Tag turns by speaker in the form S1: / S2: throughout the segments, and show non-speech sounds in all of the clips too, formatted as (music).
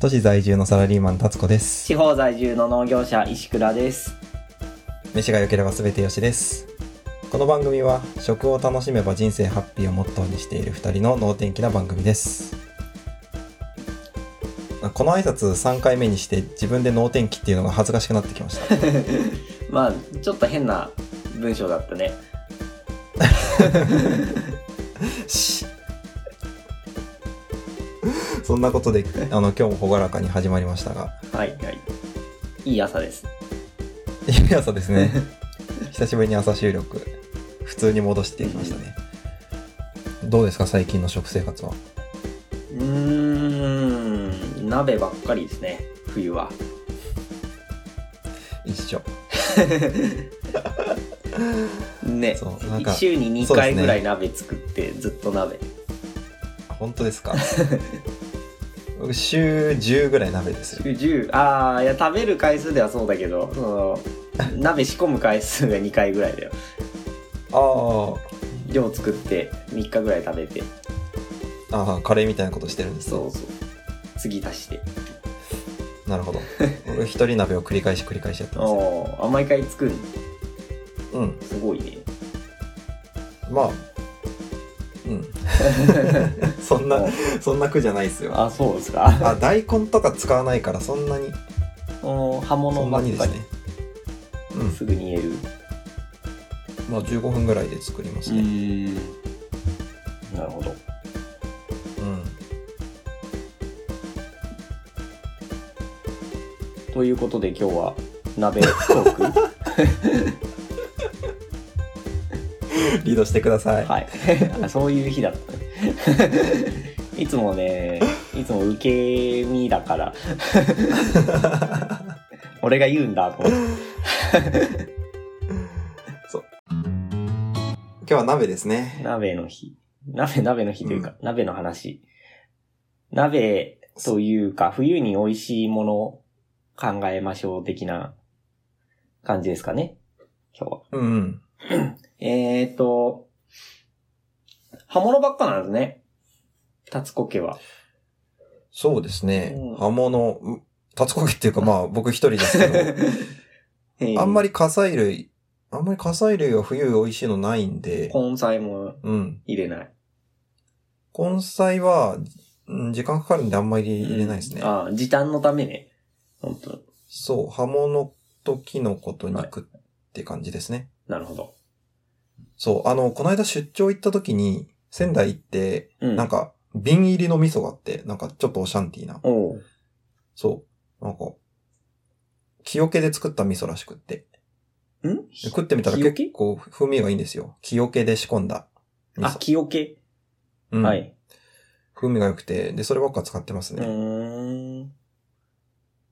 S1: 都市在住のサラリーマン達子です
S2: 地方在住の農業者石倉です。
S1: 飯が良ければ全てよしですこの番組は食を楽しめば人生ハッピーをモットーにしている2人の能天気な番組ですこの挨拶3回目にして自分で能天気っていうのが恥ずかしくなってきました
S2: まあちょっと変な文章だったね。
S1: しそんなことであの今日も朗らかに始まりましたが
S2: はいはい。いい朝です。
S1: いい朝ですね久しぶりに朝収録普通に戻してきましたねどうですか最近の食生活は
S2: うーん、鍋ばっかりですね。冬は。
S1: 一緒
S2: ね
S1: そうなんか。
S2: 週に2
S1: そうです
S2: 回
S1: ね
S2: ぐらい鍋作って、ずっと鍋。
S1: 本当ですか僕 (laughs) 週10ぐらい鍋ですよ
S2: 10ああいや食べる回数ではそうだけどその鍋仕込む回数が2回ぐらいだよ
S1: あ
S2: 量作って3日ぐらい食べて
S1: ーあーカレーみたいなことしてるんですね
S2: そうそう次足して
S1: な (laughs) るほど僕一人鍋を繰り返し繰り返しやって
S2: お
S1: ますよ
S2: お毎回作るの
S1: うん
S2: すごいね
S1: まあうん (laughs) そんなそんな苦じゃないですよ
S2: あそうですか
S1: あ大根とか使わないからそんなに
S2: お刃
S1: そ
S2: 物
S1: んな
S2: ばっ
S1: にで
S2: か
S1: す
S2: り
S1: ねうん
S2: すぐに言える
S1: まあ15分ぐらいで作りますね
S2: んなるほど
S1: うん
S2: ということで今日は鍋
S1: (laughs)
S2: トーク
S1: リードしてくださ (laughs) い、
S2: はいあそういう (laughs) 日だったねいつもねいつも受け身だから俺が言うんだと思って
S1: (laughs) 今日は鍋ですね
S2: 鍋の日鍋鍋の日というか、鍋の話鍋というか冬に美味しいものを考えましょう的な感じですかね今日は
S1: うんうん
S2: えーと、刃物ばっかなんですね。タツコ家は。
S1: そうですね
S2: うん。
S1: 刃物、う立つこけっていうかま (laughs) あ僕一人ですけど、 (laughs) あんま
S2: り。
S1: り火砕類、あんまり火砕類は冬美味しいのないんで、
S2: 根菜も
S1: うん。
S2: 入れない。
S1: 根菜は、うん時間かかるんであんまり入れないですね。
S2: ああ時短のためね。本当
S1: そう、刃物とキノコと肉って感じですね。
S2: なるほど。
S1: そう、あの、この間出張行った時に、仙台行って、
S2: うん。
S1: なんか、瓶入りの味噌があって、なんかちょっとオシャンティーな。
S2: おう。
S1: そう。なんか、木桶で作った味噌らしくって。
S2: ん
S1: で食ってみたら
S2: 木桶
S1: 結構風味がいいんですよ。木桶で仕込んだ味
S2: あ、
S1: 噌。
S2: 木桶。
S1: うん
S2: は。い。
S1: 風味が良くて、で、そればっか使ってます
S2: う
S1: ね。
S2: ーん。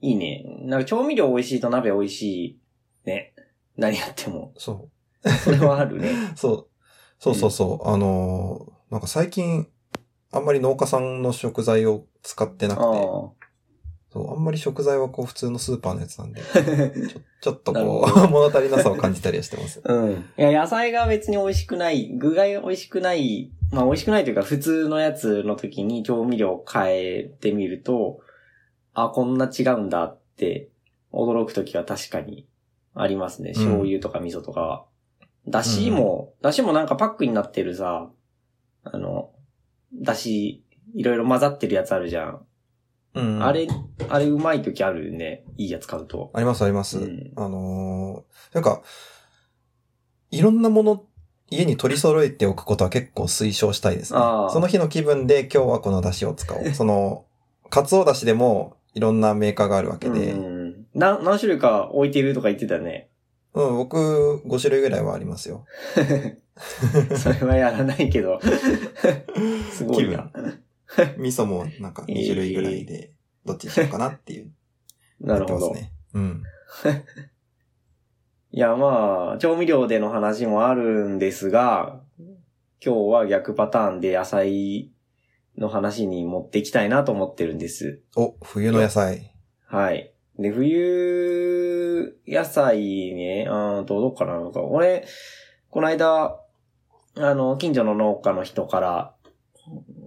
S2: いいね。なんか調味料美味しいと鍋美味しい。ね。何やっても。
S1: そ
S2: それはあ
S1: (laughs)
S2: るね。
S1: う。そう。そうそうそう。あのーなんか最近、あんまり農家さんの食材を使ってな
S2: あ
S1: くて、そう、あんまり食材はこう普通のスーパーのやつ
S2: (laughs)
S1: なんで、
S2: あ。
S1: ちょっと
S2: なる
S1: こ
S2: ほ
S1: う、物足りなさを感じたりはしてま
S2: (laughs)
S1: す。
S2: うん。いや、野菜が別に美味しくない、具が美味しくない、まあ美味しくないというか普通のやつの時に調味料を変えてみると、あ、こんな違うんだって驚く時は確かにあります
S1: う
S2: ね。
S1: ん
S2: 醤油とか味噌とかは。だしも、だしもなんかパックになってるさ、あの、だし、いろいろ混ざってるやつあるじゃん。
S1: うん。
S2: あれ、あれうまい時あるね。いいやつ買うと。
S1: ありますあります。
S2: うん
S1: あのーなんか、いろんなもの、家に取り揃えておくことは結構推奨したいですね。
S2: あー
S1: その日の気分で今日はこの出汁を使お
S2: (laughs)
S1: う。その、カツオ出汁でもいろんなメーカーがあるわけで、う、
S2: うんん。な何種類か置いてるとか言ってたね。
S1: 僕5種類ぐらいはありますよ。
S2: (laughs) それはやらない
S1: (laughs)
S2: けど。すごいな。
S1: 味噌もなんか2種類ぐらいで、どっちにしようかなっていう、
S2: (laughs) な
S1: や
S2: る
S1: って
S2: ほ
S1: ます
S2: ど。
S1: ね。うん。
S2: いや、まあ、調味料での話もあるんですが、今日は逆パターンで野菜の話に持っていきたいなと思ってるんです。
S1: お、冬の野菜。
S2: はい。で、冬野菜ね、うんと、どっからなのか。俺、この間、あの、近所の農家の人から、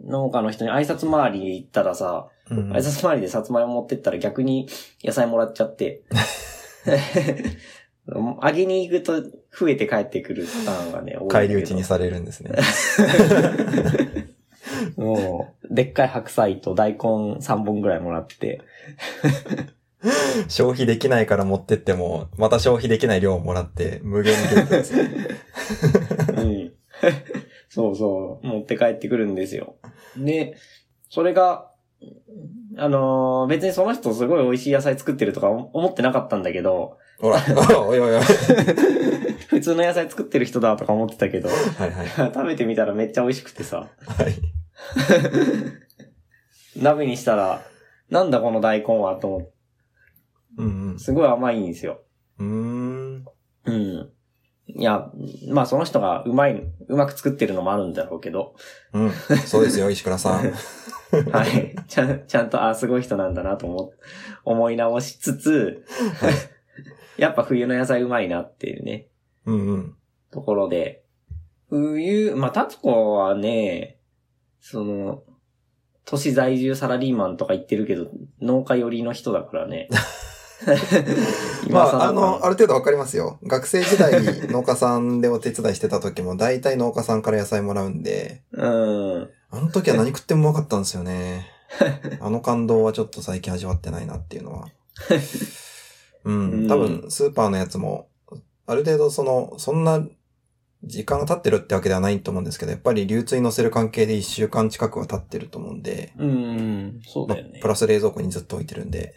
S2: 農家の人に挨拶回りに行ったらさ、
S1: うん
S2: 挨拶回りでさつまいも持ってったら逆に野菜もらっちゃって。 (laughs) あげに行くと増えて帰ってくるパターンがね、多いんだけ
S1: 返
S2: ど。
S1: り討ちにされるんですね。
S2: (laughs) もう、でっかい白菜と大根3本ぐらいも
S1: (laughs)
S2: らって。
S1: 消費できないから持ってっても、また消費できない量をもらって、無限に
S2: (laughs)
S1: ゲットですね。
S2: うん。 (laughs) そうそう、持って帰ってくるんですよ。で、それが、あのー別にその人すごい美味しい野菜作ってるとか思ってなかったんだけど、
S1: ほ (laughs) ら、おいおいおい。はい
S2: (laughs) 普通の野菜作ってる人だとか思ってたけど、 (laughs)
S1: はい。はい。
S2: 食べてみたらめっちゃ美味しくてさ、鍋にしたら、なんだこの大根はと思って、
S1: うん
S2: すごい甘いんですよ。
S1: うん。う
S2: うん。いや、まあその人がうまい、うまく作ってるのもあるんだろうけど、 (laughs)
S1: ーん。うん。そうですよ、石倉さ (laughs) ん。
S2: はい。ちゃん、ちゃんと、あ、すごい人なんだなと思、思い直しつつ、 (laughs) やっぱ冬の野菜うまいなっていうね、
S1: うんうん。
S2: ところで。冬、まあ、タツコはね、その、都市在住サラリーマンとか言ってるけど、農家寄りの人だか
S1: (laughs)
S2: らね。
S1: ま
S2: 今
S1: あ、
S2: 更
S1: あ
S2: かな
S1: の、ある程度わかりますよ。学生時代に農家さんでお手伝いしてた時も、大体農家さんから野菜もらうんで、
S2: うん。
S1: あの時は何食ってもうまかったんですよね。あの感動はちょっと最近味わってないなっていうのは。うん。多分、スーパーのやつも、ある程度その、そんな時間が経ってるってわけではないと思うんですけど、やっぱり流通に乗せる関係で1週間近くは経ってると思うんで、
S2: うん、そう
S1: ま
S2: だ
S1: あ
S2: よね
S1: プ。ラス冷蔵庫にずっと置いてるんで、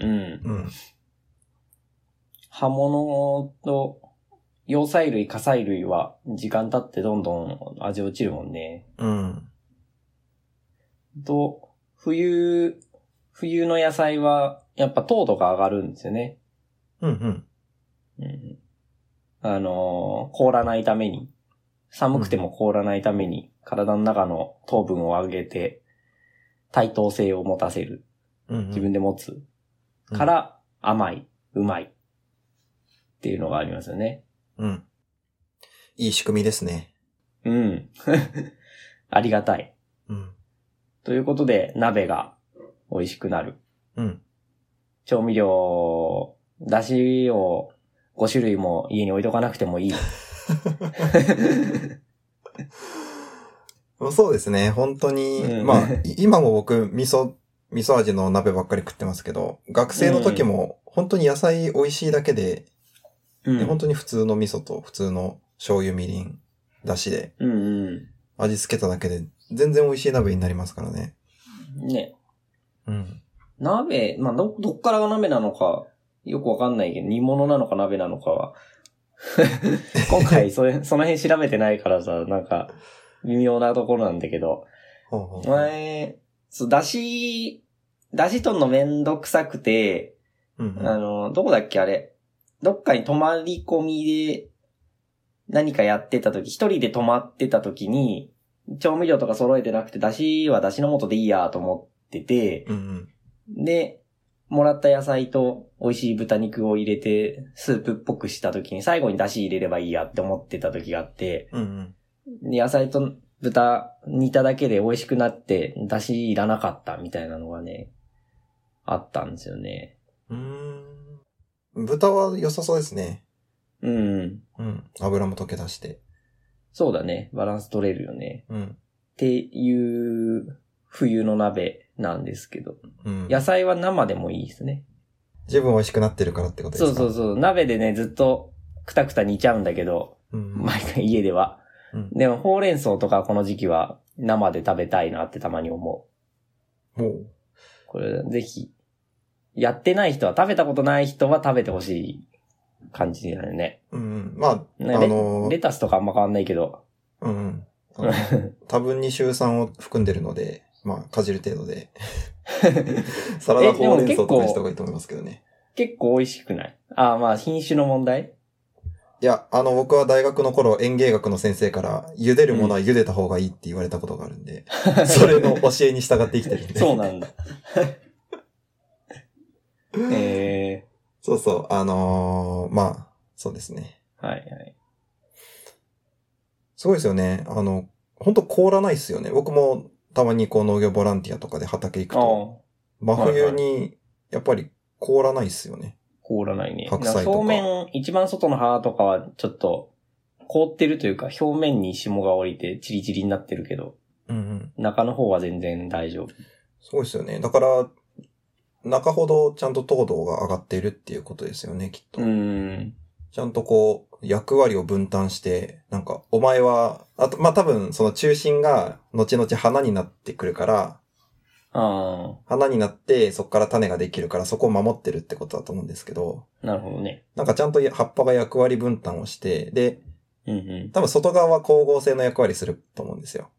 S2: うん。
S1: うん。
S2: 葉物と、葉菜類、火菜類は時間経ってどんどん味落ちるもんね。
S1: うん。
S2: と、冬、冬の野菜は、やっぱ糖度が上がるんですよね。
S1: うんうん。
S2: うん、あのー凍らないために。寒くても凍らないために、体の中の糖分を上げて、対等性を持たせる。
S1: うんうん
S2: 自分で持つ。から、甘い、うまい。っていうのがありますよね。
S1: うん。いい仕組みですね。
S2: うん。 (laughs) ありがたい。
S1: うん。
S2: ということで、鍋が美味しくなる。
S1: うん。
S2: 調味料、だしを5種類も家に置いとかなくてもいい。
S1: そうですね。本当に、
S2: うん (laughs)
S1: まあ、い今も僕、味噌、味噌味の鍋ばっかり食ってますけど、学生の時も、本当に野菜美味しいだけで、
S2: うん
S1: で本当に普通の味噌と普通の醤油、みりん、だしで、
S2: うんう
S1: 味付けただけで、全然美味しい鍋になりますからね。
S2: ん。ね。
S1: うん。
S2: 鍋、まあ、ど、どっからが鍋なのか、よくわかんないけど、煮物なのか鍋なのかは。 (laughs) 今回それ、その辺調べてないからさ、なんか、微妙なところなんだけど。
S1: ほうほうほう
S2: 前、そう、だし、だしとんのめんどくさくて、
S1: うんうん
S2: あの、どこだっけあれ。どっかに泊まり込みで何かやってた時、一人で泊まってた時に、調味料とか揃えてなくて、だしはだしの素でいいやと思ってて、
S1: うんうん。
S2: で、もらった野菜と美味しい豚肉を入れて、スープっぽくした時に最後にだし入れればいいやって思ってた時があって、
S1: うんうん。
S2: で野菜と豚煮ただけで美味しくなって、だしいらなかったみたいなのがね、あったんですよね。
S1: うーん。豚は良さそうですね。
S2: うん。
S1: うん。油も溶け出して。
S2: そうだね。バランス取れるよね。
S1: うん。
S2: っていう冬の鍋なんですけど。
S1: うん。
S2: 野菜は生でもいいですね。
S1: 十分美味しくなってるからってことです
S2: そ
S1: か
S2: うそうそう。鍋でね、ずっとくたくた煮ちゃうんだけど、
S1: うんうん。
S2: 毎回家では。
S1: うん
S2: でもほうれん草とかこの時期は生で食べたいなってたまに思う。
S1: もう。
S2: これぜひ、やってない人は、食べたことない人は食べてほしい感じだよね。
S1: うんうん。まあ、
S2: ね
S1: あの
S2: レ
S1: ー、
S2: タスとかあんま変わんないけど。 (laughs)
S1: うんうん。あの多分に週酸を含んでるので、まあ、かじる程度 (laughs) で。サラダほうれん草とかにした方がいいと思いますけどね。
S2: 結構美味しくないああ、まあ品種の問題
S1: いや、あの、僕は大学の頃、園芸学の先生から、茹でるものは茹でた方がいいって言われたことがあるんで、 (laughs) (laughs) それの教えに従って生きてるん (laughs) で。
S2: そうなんだ。え
S1: そうそう、あのーまあ、そうですね。
S2: ー、はいはい。
S1: すごいですよね。あの、本当凍らないっすよね。僕も、たまにこう農業ボランティアとかで畑行くと、
S2: あ
S1: 真冬に、やっぱり凍らないっすよね。
S2: 凍らないね。
S1: 白菜とか
S2: 表面、一番外の葉とかはちょっと凍ってるというか、表面に霜が降りてチリチリになってるけど、
S1: うんうん。
S2: 中の方は全然大丈夫。
S1: そうですよね。だから、中ほどちゃんと糖度が上がっているっていうことですよね、きっと。
S2: うーん。
S1: ちゃんとこう、役割を分担して、なんか、お前は、あと、まあ、多分、その中心が、後々花になってくるから、
S2: あ
S1: 花になって、そこから種ができるから、そこを守ってるってことだと思うんですけど、
S2: あ、なるほどね。
S1: なんかちゃんと葉っぱが役割分担をして、で、
S2: うん
S1: 多分外側は光合成の役割すると思うんですよ。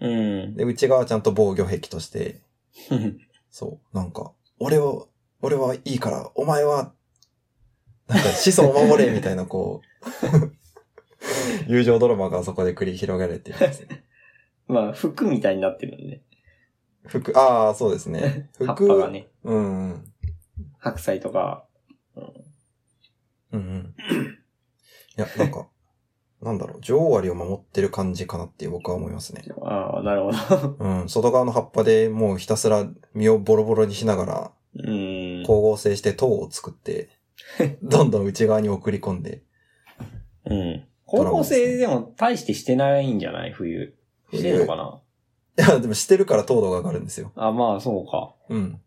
S2: うん。うん。 (laughs)
S1: で、内側はちゃんと防御壁として、
S2: ふふ
S1: そう、なんか、俺は、俺はいいから、お前は、なんか子孫を守れ、みたいな、こ
S2: (laughs)
S1: う、友情ドラマがあそこで繰り広げられていますね。
S2: まあ、服みたいになってるんで。
S1: 服、ああ、そうですね。服、
S2: 葉っぱがね、
S1: うんうん、
S2: 白菜とか。
S1: うんうん。いや、なんか、なんだろう、女王アリを守ってる感じかなって僕は思いますね。
S2: ああ、なるほど。 (laughs)
S1: うん、外側の葉っぱでもうひたすら身をボロボロにしながら、
S2: うーん。
S1: 光合成して糖を作
S2: (laughs)
S1: って、どんどん内側に送り込んで、
S2: うん。光合成でも大してしてないんじゃない冬。してるのかない
S1: や、でもしてるから糖度が上がるんですよ。
S2: あ、まあ、そうか。
S1: うん。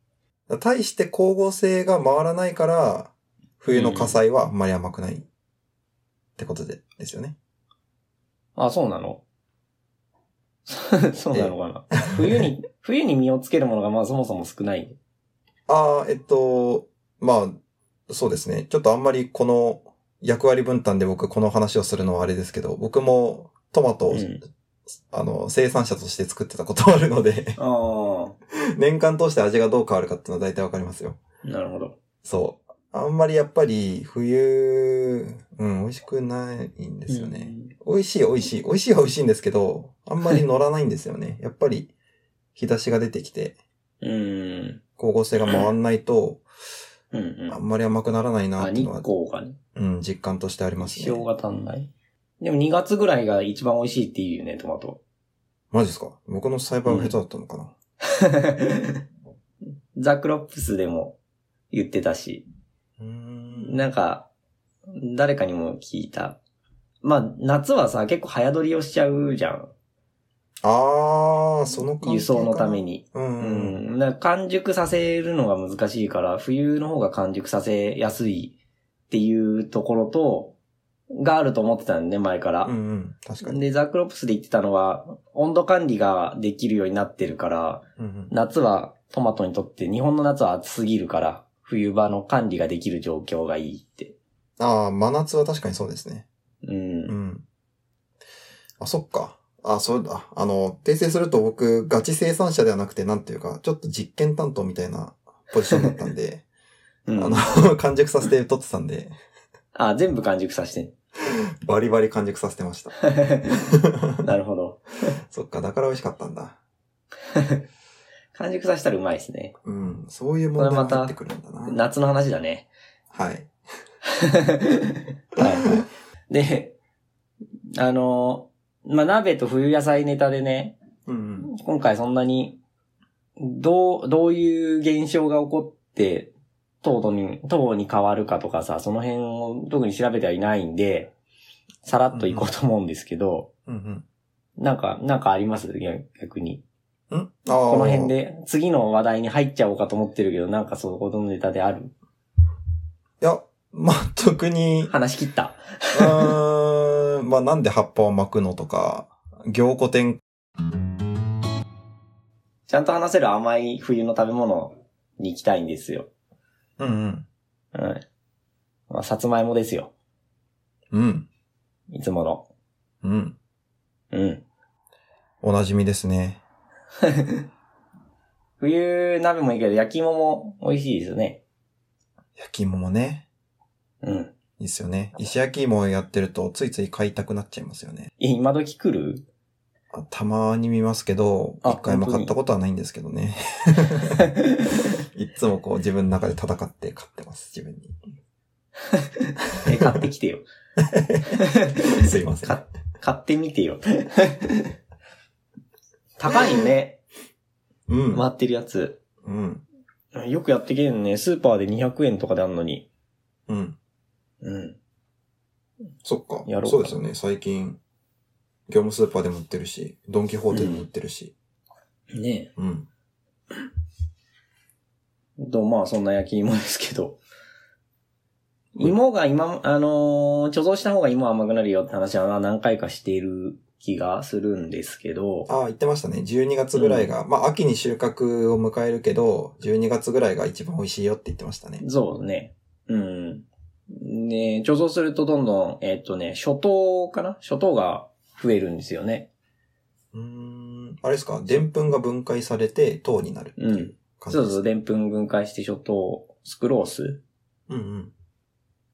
S1: 対して光合成が回らないから、冬の火災はあんまり甘くない。ってことで、ですよね。
S2: あ、そうなの (laughs) そうなのかな冬に、冬に実をつけるものがまあそもそも少ない。
S1: ああ、えっと、まあ、そうですね。ちょっとあんまりこの役割分担で僕この話をするのはあれですけど、僕もトマトを、
S2: うん
S1: あの、生産者として作ってたことはあるので、 (laughs)
S2: ああ、
S1: 年間通して味がどう変わるかっていうのは大体わかりますよ。
S2: なるほど。
S1: そう。あんまりやっぱり冬、うん、美味しくないんですよね。美味しい美味しい。美味しいは美味しいんですけど、あんまり乗らないんですよ
S2: (laughs)
S1: ね。やっぱり、日差しが出てきて、
S2: うん。うん。
S1: 光合成が回んないと、
S2: うんう
S1: あん
S2: ん。
S1: まり甘くならないなっ
S2: あ、
S1: ていう
S2: 日
S1: のは、
S2: 光がね。
S1: うん、実感としてありますね
S2: 塩。が足んない。でも2月ぐらいが一番美味しいっていうよね、トマト。
S1: マジですか僕の栽培は下手だったのかな、
S2: ザ・クロップスでも言ってたし、
S1: うーん、
S2: なんか、誰かにも聞いた。まあ、夏はさ、結構早撮りをしちゃうじゃん。
S1: あー、その関係
S2: 輸送のため
S1: に。
S2: に。
S1: う、
S2: うん
S1: うん。
S2: ん。だから完熟させるのが難しいから、冬の方が完熟させやすいっていうところと、があると思ってたんでね、前から。
S1: うん、うん。確かに。
S2: で、ザ・クロップスで言ってたのは、温度管理ができるようになってるから、
S1: うんうん、
S2: 夏はトマトにとって、日本の夏は暑すぎるから、冬場の管理ができる状況がいいって。
S1: あー、真夏は確かにそうですね。
S2: う。
S1: うんん。あ、そっか。あ、そうだ。あの、訂正すると僕、ガチ生産者ではなくて、なんていうか、ちょっと実験担当みたいなポジションだったんで、
S2: (laughs) う
S1: あ
S2: ん、
S1: の、 (laughs) 完熟させて撮ってたんで、
S2: あ、全部完熟させて。
S1: バリバリ完熟させてました。
S2: (laughs)
S1: (laughs)
S2: なるほど。
S1: そっか、だから美味しかったんだ。
S2: 完熟させたらうまいですね。
S1: うん、そういう問題
S2: これ
S1: が
S2: また
S1: 入ってくるんだな。
S2: 夏の話だね。
S1: はい。
S2: (laughs) はいはい。で、あの、まあ、鍋と冬野菜ネタでね、
S1: うん
S2: 今回そんなに、どう、どういう現象が起こって、糖度に、糖に変わるかとかさ、その辺を特に調べてはいないんで、さらっといこうと思うんですけど、
S1: うん。うん
S2: なんか、なんかあります逆逆に。
S1: うん。んあ
S2: こ
S1: こ
S2: の辺。で、次の話題に入っちゃおうかと思ってるけど、なんかそこのネタである。
S1: いや、まあ、特
S2: (laughs)
S1: に、
S2: 話し切った。
S1: うーん、まあ、なんで葉っぱを巻くのとか、凝固点。
S2: ちゃんと話せる甘い冬の食べ物に行きたいんですよ。
S1: うんうん。
S2: うん。まあ、さつまいもですよ。
S1: うん。
S2: いつもの。
S1: うん。
S2: うん。
S1: おなじみですね。
S2: 冬鍋もいいけど、焼き芋も美味しいですよね。
S1: 焼き芋もね。
S2: うん。
S1: いいっすよね。石焼き芋をやってると、ついつい買いたくなっちゃいますよね。
S2: え、今時来る (laughs)
S1: あたまに見ますけど、
S2: あ
S1: 一回も買ったことはないんですけどね。 (laughs) いっつもこう自分の中で戦って買ってます、自分に。
S2: え、買ってきてよ。
S1: (laughs) すいません。
S2: 買買ってみてよ。 (laughs) 高いよね。
S1: うん。
S2: 回ってるやつ。
S1: うん。
S2: よくやってきてるね。スーパーで200円とかであんのに。
S1: うん。
S2: うん。
S1: そっか。
S2: やろうか
S1: そうですよね。最近、業務スーパーでも売ってるし、ドンキホーテでも売ってるし。
S2: ね
S1: うん。
S2: え。と、まあそんな焼き芋ですけど。芋が今、あのー貯蔵した方が芋甘くなるよって話は何回かしている気がするんですけど。
S1: ああ、言ってましたね。12月ぐらいが、まあ、秋に収穫を迎えるけど、12月ぐらいが一番美味しいよって言ってましたね。
S2: そうね。うん。ね貯蔵するとどんどん、えっ、とね、初糖かな初糖が増えるんですよね。
S1: うーん。あれですかでんぷんが分解されて糖になるっていう感じ
S2: そ
S1: です
S2: うそう、でんぷん分解して初糖、スクロース
S1: うんうん。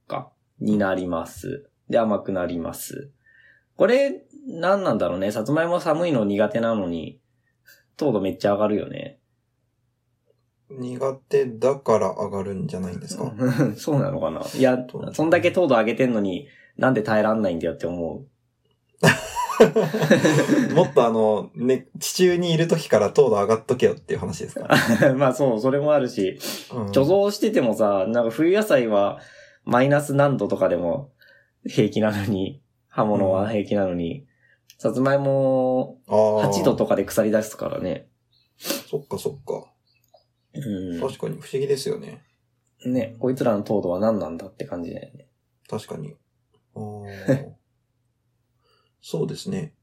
S2: か、になります。で、甘くなります。これ、何なんだろうね。さつまいも寒いの苦手なのに、糖度めっちゃ上がるよね。
S1: 苦手だから上がるんじゃないんですか、
S2: そう (laughs) なのかないや
S1: 糖、度
S2: そんだけ糖度上げてんのに、なんで耐えらんないんだよって思
S1: (laughs) もっとあの、ね、地中にいる時から糖度上がっとけよっていう話ですか、
S2: う。 (laughs) まあそう、それもあるし、
S1: うん、
S2: 貯蔵しててもさ、なんか冬野菜はマイナス何度とかでも平気なのに、刃物は平気なのに、さつまいも8
S1: 8
S2: 度とかで腐り出すからね。
S1: そっかそっか。
S2: う
S1: 確かに不思議ですよね。
S2: ん。ね、こいつらの糖度は何なんだって感じだよね。
S1: 確かに。あ
S2: (laughs)
S1: ーそうですね。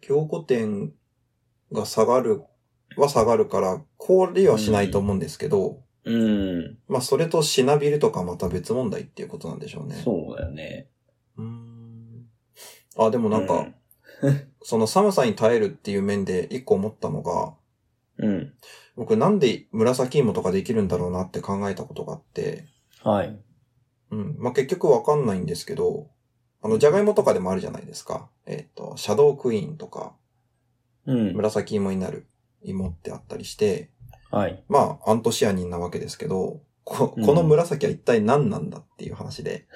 S1: 凝固点が下がる、は下がるから、氷はしないと思うんですけど、
S2: うん。うん。
S1: まあそれとシナビルとかまた別問題っていうことなんでしょうね。
S2: そうだよね。
S1: うーん。あ、でもなんか、
S2: う
S1: その寒さに耐えるっていう面で一個思ったのが、
S2: うん。
S1: 僕なんで紫芋とかできるんだろうなって考えたことがあって、
S2: はい。
S1: うん。まあ、結局わかんないんですけど、あの、じゃがいもとかでもあるじゃないですか。えっ、と、シャドークイーンとか、
S2: うん。
S1: 紫芋になる芋ってあったりして、
S2: はい。
S1: まあ、アントシアニンなわけですけど、こ
S2: うん
S1: この紫は一体何なんだっていう話
S2: (laughs)
S1: で。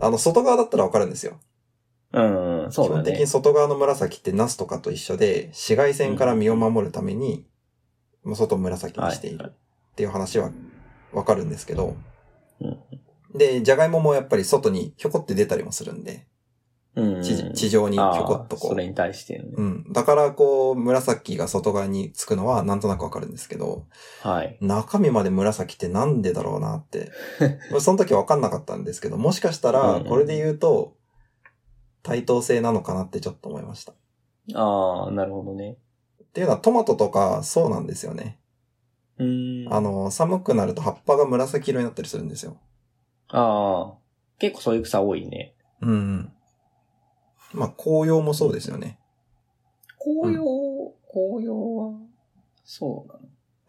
S1: あの、外側だったらわかるんですよ。
S2: うん。そうだ
S1: 基本的
S2: ね
S1: に。外側の紫ってナスとかと一緒で、紫外線から身を守るために、もう外を紫に
S2: は
S1: してい
S2: い
S1: る。っていう話はわかるんですけど
S2: うん、
S1: で、じゃがいももやっぱり外にひょこって出たりもするんで、
S2: うん。
S1: 地地上にひょこっと
S2: あーそ
S1: こ
S2: れ
S1: う。
S2: に対してのね。
S1: うん。だからこう、紫が外側につくのはなんとなくわかるんですけど、
S2: はい。
S1: 中身まで紫ってなんでだろうな
S2: (laughs)
S1: って。その時わかんなかったんですけど、もしかした
S2: う
S1: ら
S2: ん、
S1: これで言うと、対等性なのかなってちょっと思いました。っ
S2: ああ、なるほどね。
S1: ていうのはトマトとかそうなんですよね。
S2: うん。
S1: あの、寒くなると葉っぱが紫色になったりするんですよ。
S2: ああ。結構そういう草多いね。
S1: うんうん。まあ、紅葉もそうですよね。
S2: 紅葉、紅葉は、そうなの。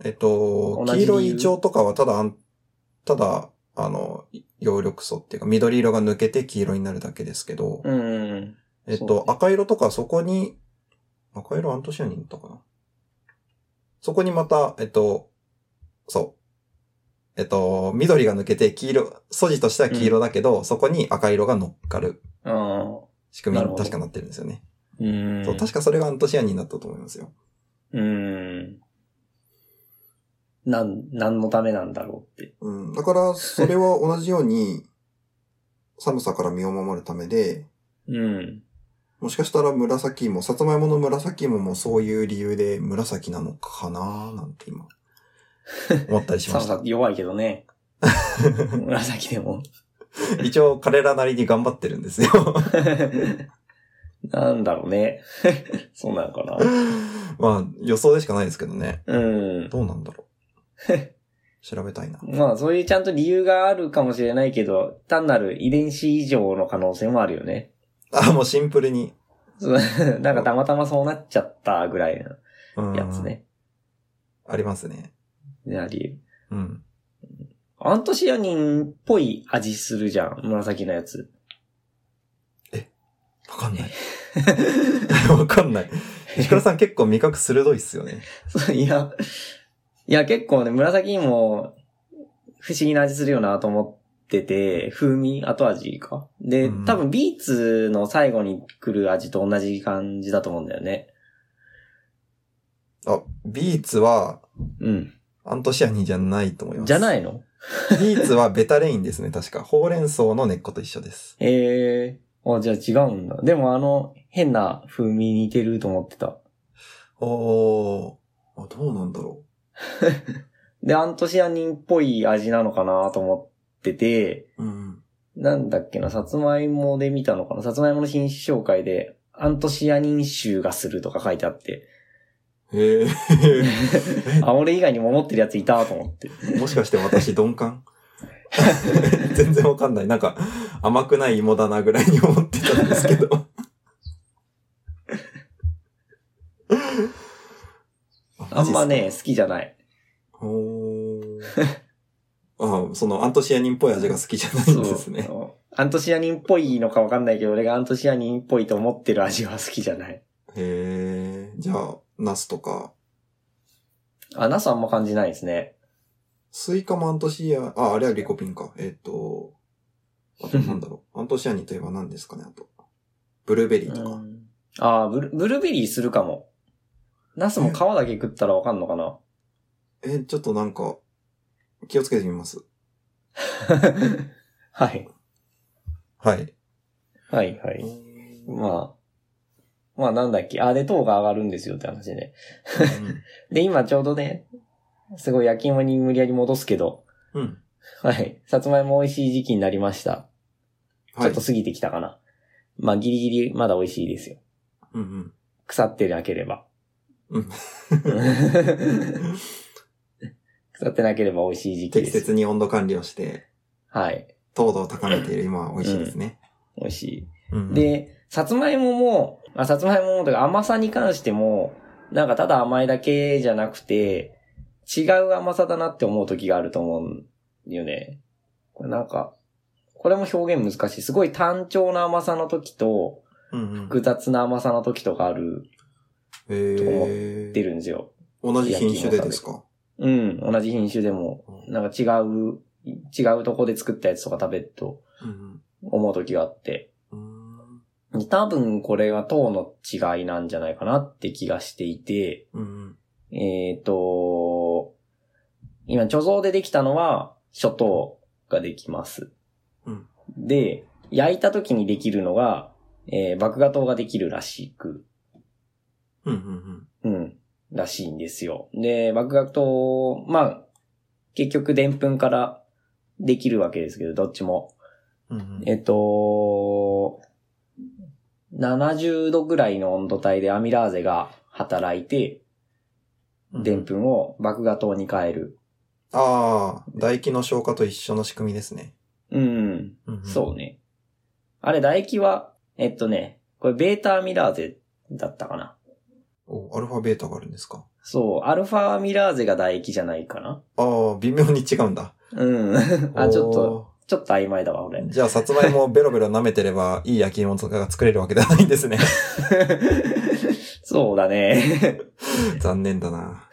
S1: えっと
S2: 同、じ理
S1: 黄
S2: 由
S1: 色いイチョウとかはただあん、ただ、あの、葉緑素っていうか緑色が抜けて黄色になるだけですけど、
S2: うん。
S1: えっ
S2: そう
S1: と
S2: ね、
S1: 赤色とかそこに、赤色アントシアニンとかな。そこにまた、えっと、そう。えっと、緑が抜けて黄色、素地としては黄色だけど、そこに赤色が乗っかる
S2: ああ。
S1: 仕組み
S2: なる
S1: に
S2: ほど
S1: 確かなってるんですよね。
S2: うん。
S1: そう、確かそれがアントシアニンだったと思いますよ。
S2: うん。なん、何のためなんだろうって。
S1: うん。だから、それは同じように、寒さから身を守るためで、
S2: うん。
S1: もしかしたら紫芋、さつまいもの紫芋もそういう理由で紫なのかなーなんて
S2: (laughs)
S1: 今、思ったりしま
S2: 寒
S1: した
S2: さ。弱いけ
S1: (laughs)
S2: どね。紫でも。 (laughs)
S1: 一応彼らなりに頑張ってるんですよ。 (laughs)
S2: なんだろうね。 (laughs) そうなのかな。
S1: まあ、予想でしかないですけどね。
S2: うん。
S1: どうなんだろ
S2: (laughs)
S1: う。調べたいな。
S2: まあ、そういうちゃんと理由があるかもしれないけど、単なる遺伝子異常の可能性もあるよね。 (laughs)
S1: あ、もうシンプルに。
S2: そうなんかたまたまそうなっちゃったぐらい
S1: うん
S2: のやつ。ね。
S1: ありますね。
S2: ねあり
S1: うん。
S2: 得るアントシアニンっぽい味するじゃん。紫の
S1: (laughs)
S2: やつ。
S1: わかん
S2: (laughs)
S1: ない。わかんない。石倉さん結構味覚鋭いっすよね。
S2: そう (laughs) いや、いや結構ね、紫芋、不思議な味するよなと思ってて、風味、後味か。で、
S1: うん
S2: 多分ビーツの最後に来る味と同じ感じだと思うんだよね。
S1: あ、ビーツは
S2: うん。
S1: アントシアニンじゃないと思います。。
S2: じゃないいの
S1: ビーツはベタレインですね、確か。ほうれん草の根っこと一緒です。
S2: ええー。あ、じゃあ違うんだ。でもあの、変な風味似てると思ってた。
S1: おー。あ、どうなんだろ
S2: で、アントシアニンっぽい味なのかなと思ってて、
S1: う。うん。
S2: なんだっけな、さつまいもで見たのかなさつまいもの品種紹介で、アントシアニン臭がするとか書いてあって、
S1: へえ。
S2: (laughs) あ、俺以外にも持ってるやついたと思って。
S1: もしかして私鈍感 (laughs) 全然わかんない。なんか、甘くない芋だなぐらいに思ってたんですけど。
S2: (laughs) あんま。
S1: マジっ
S2: ね、好きじゃない。
S1: すかおーあそのアントシアニンっぽい味が好きじゃないんですね。
S2: そうアントシアニンっぽいのかわかんないけど、俺がアントシアニンっぽいと思ってる味は好きじゃない。
S1: へえ。じゃあ、ナスとか、
S2: あ、ナスあんま感じないですね。
S1: スイカもアントシア、あ、あれはリコピンか。えっ、と、あとなんだろう。アントシアニンといえば何ですかね、あと。ブルーベリーとか。
S2: うんあーブル、ブルーベリーするかも。ナスも皮だけ食ったらわかんの
S1: (laughs)
S2: かな
S1: え、ちょっとなんか、気をつけてみます。
S2: はい。
S1: はい。
S2: はい、はい。 (laughs) まあ。まあなんだっけ。あ、で、糖が上がるんですよって話で。で、今ちょうどね、すごい焼き芋に無理やり戻すけど、
S1: うん。うん。
S2: はい。さつまいも美味しい時期になりました。ち
S1: は
S2: ょ
S1: い
S2: っと。過ぎてきたかな。まあギリギリまだ美味しいですよ。
S1: うんうん。
S2: 腐ってなければ。 (laughs)
S1: うん。
S2: 腐ってなければ美味しい時期で
S1: 適
S2: す。
S1: 切に温度管理をして、
S2: はい。
S1: 糖度を高めている今は美味しいですね。
S2: 美味しい。
S1: うん、
S2: で、さつまいもも、あ、さつまいももというか甘さに関しても、なんかただ甘いだけじゃなくて、違う甘さだなって思う時があると思うんよね。これなんか、これも表現難しい。すごい単調な甘さの時と、
S1: うんうん、
S2: 複雑な甘さの時とかある、
S1: え
S2: 出
S1: ー、
S2: るんですよ。
S1: 同じ品種でですか
S2: うん、同じ品種でも、なんか違う、違うとこで作ったやつとか食べると
S1: うん
S2: 思う時があって。
S1: うん。
S2: 多分これは糖の違いなんじゃないかなって気がしていて、
S1: うんうん。
S2: えっ、と、今貯蔵でできたのは初糖ができます。
S1: うん
S2: で、焼いた時にできるのが、えー麦芽糖ができるらしく、
S1: うんうん
S2: うん、らしいんですよ。で、麦芽糖、まあ、結局でんぷんからできるわけですけど、どっちも。
S1: うん。うんうん
S2: えっと、70度ぐらいの温度帯でアミラーゼが働いて、でんぷんを麦芽糖に変える。
S1: ああ、唾液の消化と一緒の仕組みですね。
S2: うん、
S1: うんうん、
S2: そうね。あれ、唾液は、えっとね、これベータアミラーゼだったかな。
S1: お。アルファベータがあるんですか
S2: そう、アルファアミラーゼが唾液じゃないかな。
S1: ああ、微妙に違うんだ。
S2: うん。 (laughs) あ、ちょっと、
S1: と。
S2: ちょっと曖昧だわ、俺。
S1: じゃあ、さつまいもをベロベロ舐めてれば、いい焼き芋とかが作れるわけではないんです
S2: (laughs)
S1: ね。
S2: そうだね。
S1: 残念だな。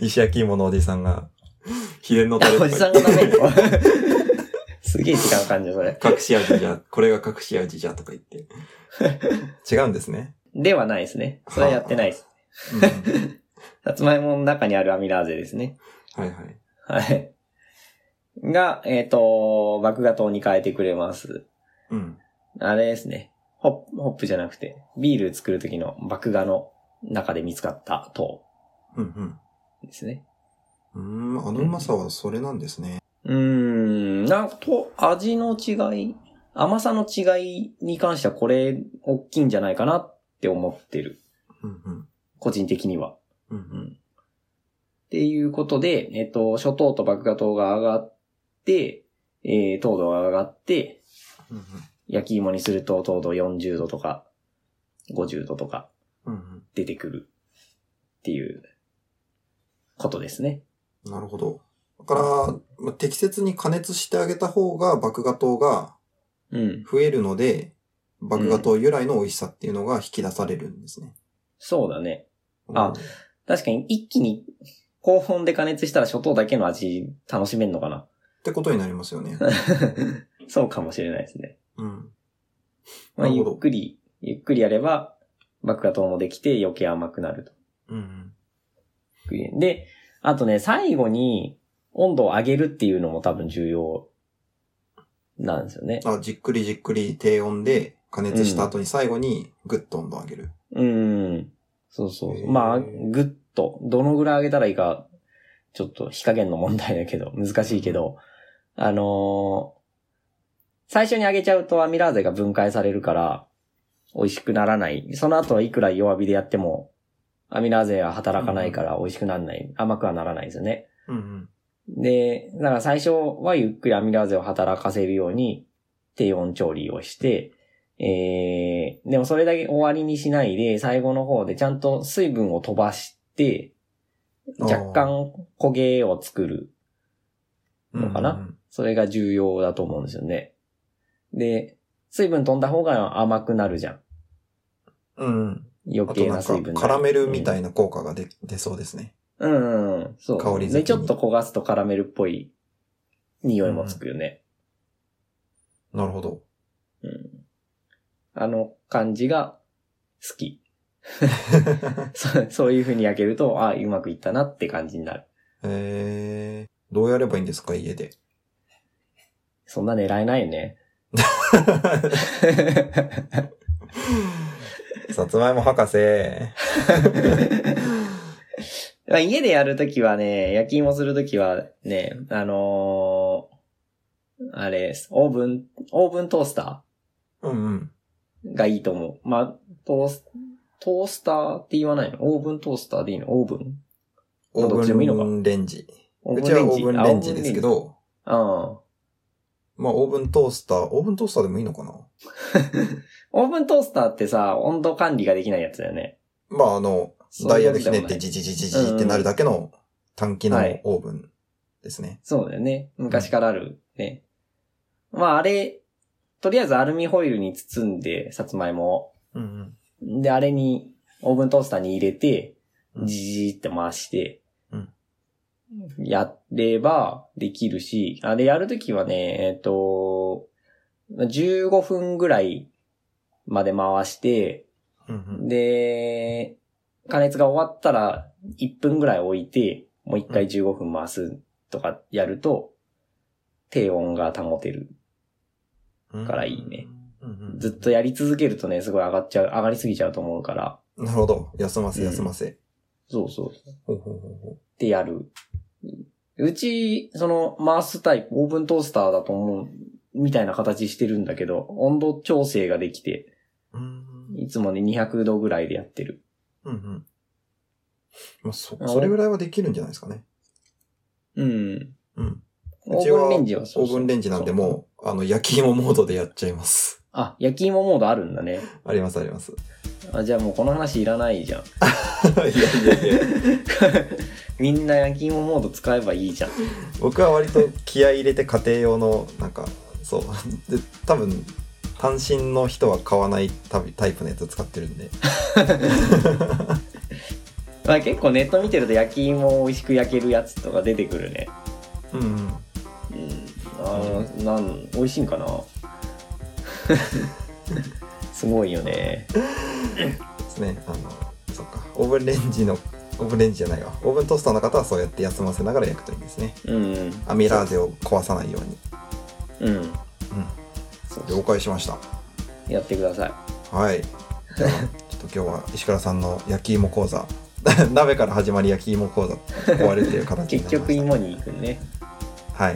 S1: 石焼き芋のおじさんが、秘伝のタレ
S2: お
S1: と
S2: じさ
S1: か
S2: んがダメよ。 (laughs) すげえ時間感じる、それ。
S1: 隠し味じゃ、これが隠し味じゃとか言って。違うんですね。
S2: ではないですね。それはやってないです。
S1: うん、は
S2: さつまいもの中にあるアミラーゼですね。
S1: いはい。
S2: はい。が、えっ、と、麦芽糖に変えてくれます。
S1: うん。
S2: あれですね。ホップ、ホップじゃなくて、ビール作る時の麦芽の中で見つかった糖
S1: うん
S2: ですね。
S1: うん。うーん、あのうまさはそれなんですね。
S2: うーん、なんか、と、味の違い、甘さの違いに関してはこれ、大きいんじゃないかなって思ってる。
S1: うんうん。
S2: 個人的には。
S1: うん
S2: っていうことで、えっと、初糖と麦芽糖が上がって、えー、糖度が上がって、
S1: うん。うん
S2: 焼き芋にすると糖度40度とか、50度とか
S1: うん。うん
S2: 出てくるっていうことですね。
S1: うん。なるほど。だから、まあ、適切に加熱してあげた方が、麦芽糖が
S2: うん。
S1: 増えるので、麦芽糖由来の美味しさっていうのが引き出されるんですね。
S2: そうだね。あ
S1: うん、
S2: 確かに一気に高温で加熱したら初糖だけの味楽しめんのかな。
S1: ってことになりますよね。
S2: (laughs) そうかもしれないですね。
S1: うん。
S2: まあ、
S1: なる
S2: ゆ
S1: ほ
S2: っ
S1: ど
S2: くり、ゆっくりやれば、麦芽糖もできて余計甘くなると。
S1: うん。
S2: で、あとね、最後に温度を上げるっていうのも多分重要なんですよね。
S1: あ、じっくりじっくり低温で加熱した後に最後にグッと温度を上げる。
S2: うん。そうそ
S1: へ
S2: う。
S1: ー
S2: まあ、ぐっと、どのぐらい上げたらいいか、ちょっと火加減の問題だけど、難しいけど、あのー最初に上げちゃうとアミラーゼが分解されるから、美味しくならない。その後いくら弱火でやっても、アミラーゼは働かないから美味しくならない。甘くはならないですよね。
S1: うんうん。
S2: で、だから最初はゆっくりアミラーゼを働かせるように低温調理をして、えー、でもそれだけ終わりにしないで、最後の方でちゃんと水分を飛ばして、
S1: あー
S2: 若干焦げを作る。
S1: うんうん
S2: かなそれが重要だと思うんですよね。で、水分飛んだ方が甘くなるじゃん。
S1: うん。うん。
S2: 余
S1: あと
S2: 計
S1: な
S2: なん水
S1: か、
S2: 分
S1: カラメルみ
S2: い。
S1: たいな効果がで出そうですね。
S2: うん、うんうん、そう。
S1: 香りづけに
S2: で、ちょっと焦がすとカラメルっぽい匂いもつくよね。
S1: なるほど。
S2: うんあの感じが好き。 (laughs) そそういう風に焼けると、あうまくいったなって感じになる。
S1: えー、どうやればいいんですか、家で。 (laughs)
S2: そんな狙えないよね。 (laughs)
S1: さつまいも博士。
S2: まあ家でやるときはね、焼き芋するときはね、あのーあれ、オーブン、オーブントースタ
S1: うんうん。
S2: ーがいいと思う。まあ、トース、トースターって言わないのオーブントースターでいいのオーブン
S1: オ
S2: どっちでもいいのか
S1: ーブンレンジ。
S2: オ
S1: う
S2: ー
S1: ち
S2: ブンレ
S1: は
S2: ン
S1: オ
S2: ジ
S1: ーブンレンジですけ。ど、
S2: あオーブンレンジうん。
S1: まあオーブントースター、オーブントースターでもいいのかな
S2: オーブントースターってさ、温度管理ができないやつだよね。
S1: まああの、
S2: そう
S1: ダイ
S2: いう
S1: ヤ
S2: わ
S1: でひ
S2: けもな
S1: ね
S2: い
S1: ってジジジジジってなるだけの短期のオーブンですね。
S2: そうだよね。昔からあるね。まああれ、とりあえずアルミホイルに包んで、さつまいも
S1: うん
S2: を。で、あれに、オーブントースターに入れて、
S1: うん
S2: じじーって回して
S1: うん、
S2: やればできるし、あれやるときはね、えっ、と、15分ぐらいまで回して、
S1: うん。うん
S2: で、加熱が終わったら1分ぐらい置いて、もう1回15分回すとかやると、低温が保てる。
S1: うん。
S2: からいいね
S1: うんうん。
S2: ずっとやり続けるとね、すごい上がっちゃう、上がりすぎちゃうと思うから、
S1: なるほど。休ませ、
S2: うん
S1: 休ませ。
S2: そうそう。っ
S1: ほうほうほうほ
S2: てやる。うち、その、回すタイプ、オーブントースターだと思う、みたいな形してるんだけど、温度調整ができて、
S1: う。うん。
S2: いつもね、200度ぐらいでやってる。
S1: うんうん。まあ、そ、それぐらいはできるんじゃないですかね。
S2: うん。
S1: うん。
S2: オ
S1: う
S2: ー
S1: ち
S2: ブ
S1: は
S2: ンレンジはそ
S1: オ
S2: う
S1: ー
S2: そう
S1: ブンレンジなんでもう、あの、焼き芋モードでやっちゃいます。 (laughs)
S2: あ、焼き芋モードあるんだね。
S1: ありますあります。 (laughs)
S2: あ、じゃあもうこの話いらないじゃん。
S1: いやいやいや。
S2: (laughs) みんな焼き芋モード使えばいいじゃん。
S1: 僕は割と気合い入れて家庭用のなんかそう (laughs) で多分単身の人は買わないタイタイプのやつ使ってるん
S2: (laughs)
S1: で
S2: まあ結構ネット見てると焼き芋を美味しく焼けるやつとか出てくるね。
S1: うん、うん、
S2: うん。あーなん、美味しいんかな (laughs) すごいよね。
S1: ですねあのそっかオーブンレンジのオーブンレンジじゃないわオーブントースターの方はそうやって休ませながら焼くといいですね
S2: うん。
S1: アミラーゼを壊さないように
S2: うん。
S1: うん了解しました
S2: やってください。
S1: はいじゃあちょっと今日は石倉さんの焼き芋講座 (laughs) 鍋から始まり焼き芋講座終わるっていう形に
S2: (laughs) 結
S1: なりま
S2: 局
S1: した
S2: 芋に行くね。
S1: はい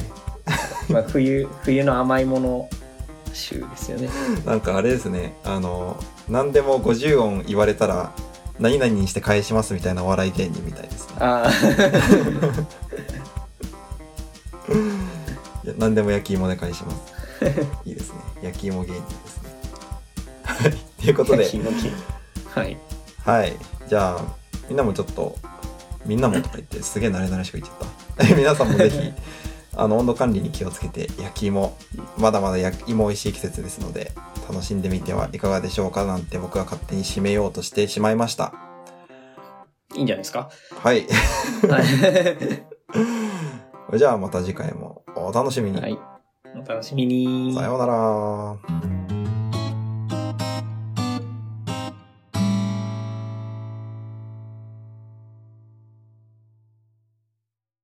S2: まあ冬、冬の甘いもの集ですよね。
S1: なんかあれですね、あの、何でも50音言われたら、何々にして返しますみたいなお笑い芸人みたいですね。
S2: ああ。
S1: いや何でも焼き芋で返し
S2: (laughs)
S1: ます。いいですね。焼き芋芸人ですね。はい。ということで
S2: 焼き、芋系 (laughs) はい。
S1: はい。じゃあ、みんなもちょっと、みんなもとか言って、すげえ慣れ慣れしく言っちゃった。皆さんもぜひ、あの、温度管理に気をつけて、焼き芋、まだまだ焼き芋美味しい季節ですので、楽しんでみてはいかがでしょうかなんて僕は勝手に締めようとしてしまいました。
S2: いいんじゃないで
S1: (laughs)
S2: すか。
S1: はい。
S2: はい。
S1: じゃあまた次回もお楽しみに。
S2: はい。お楽しみに。
S1: さようなら。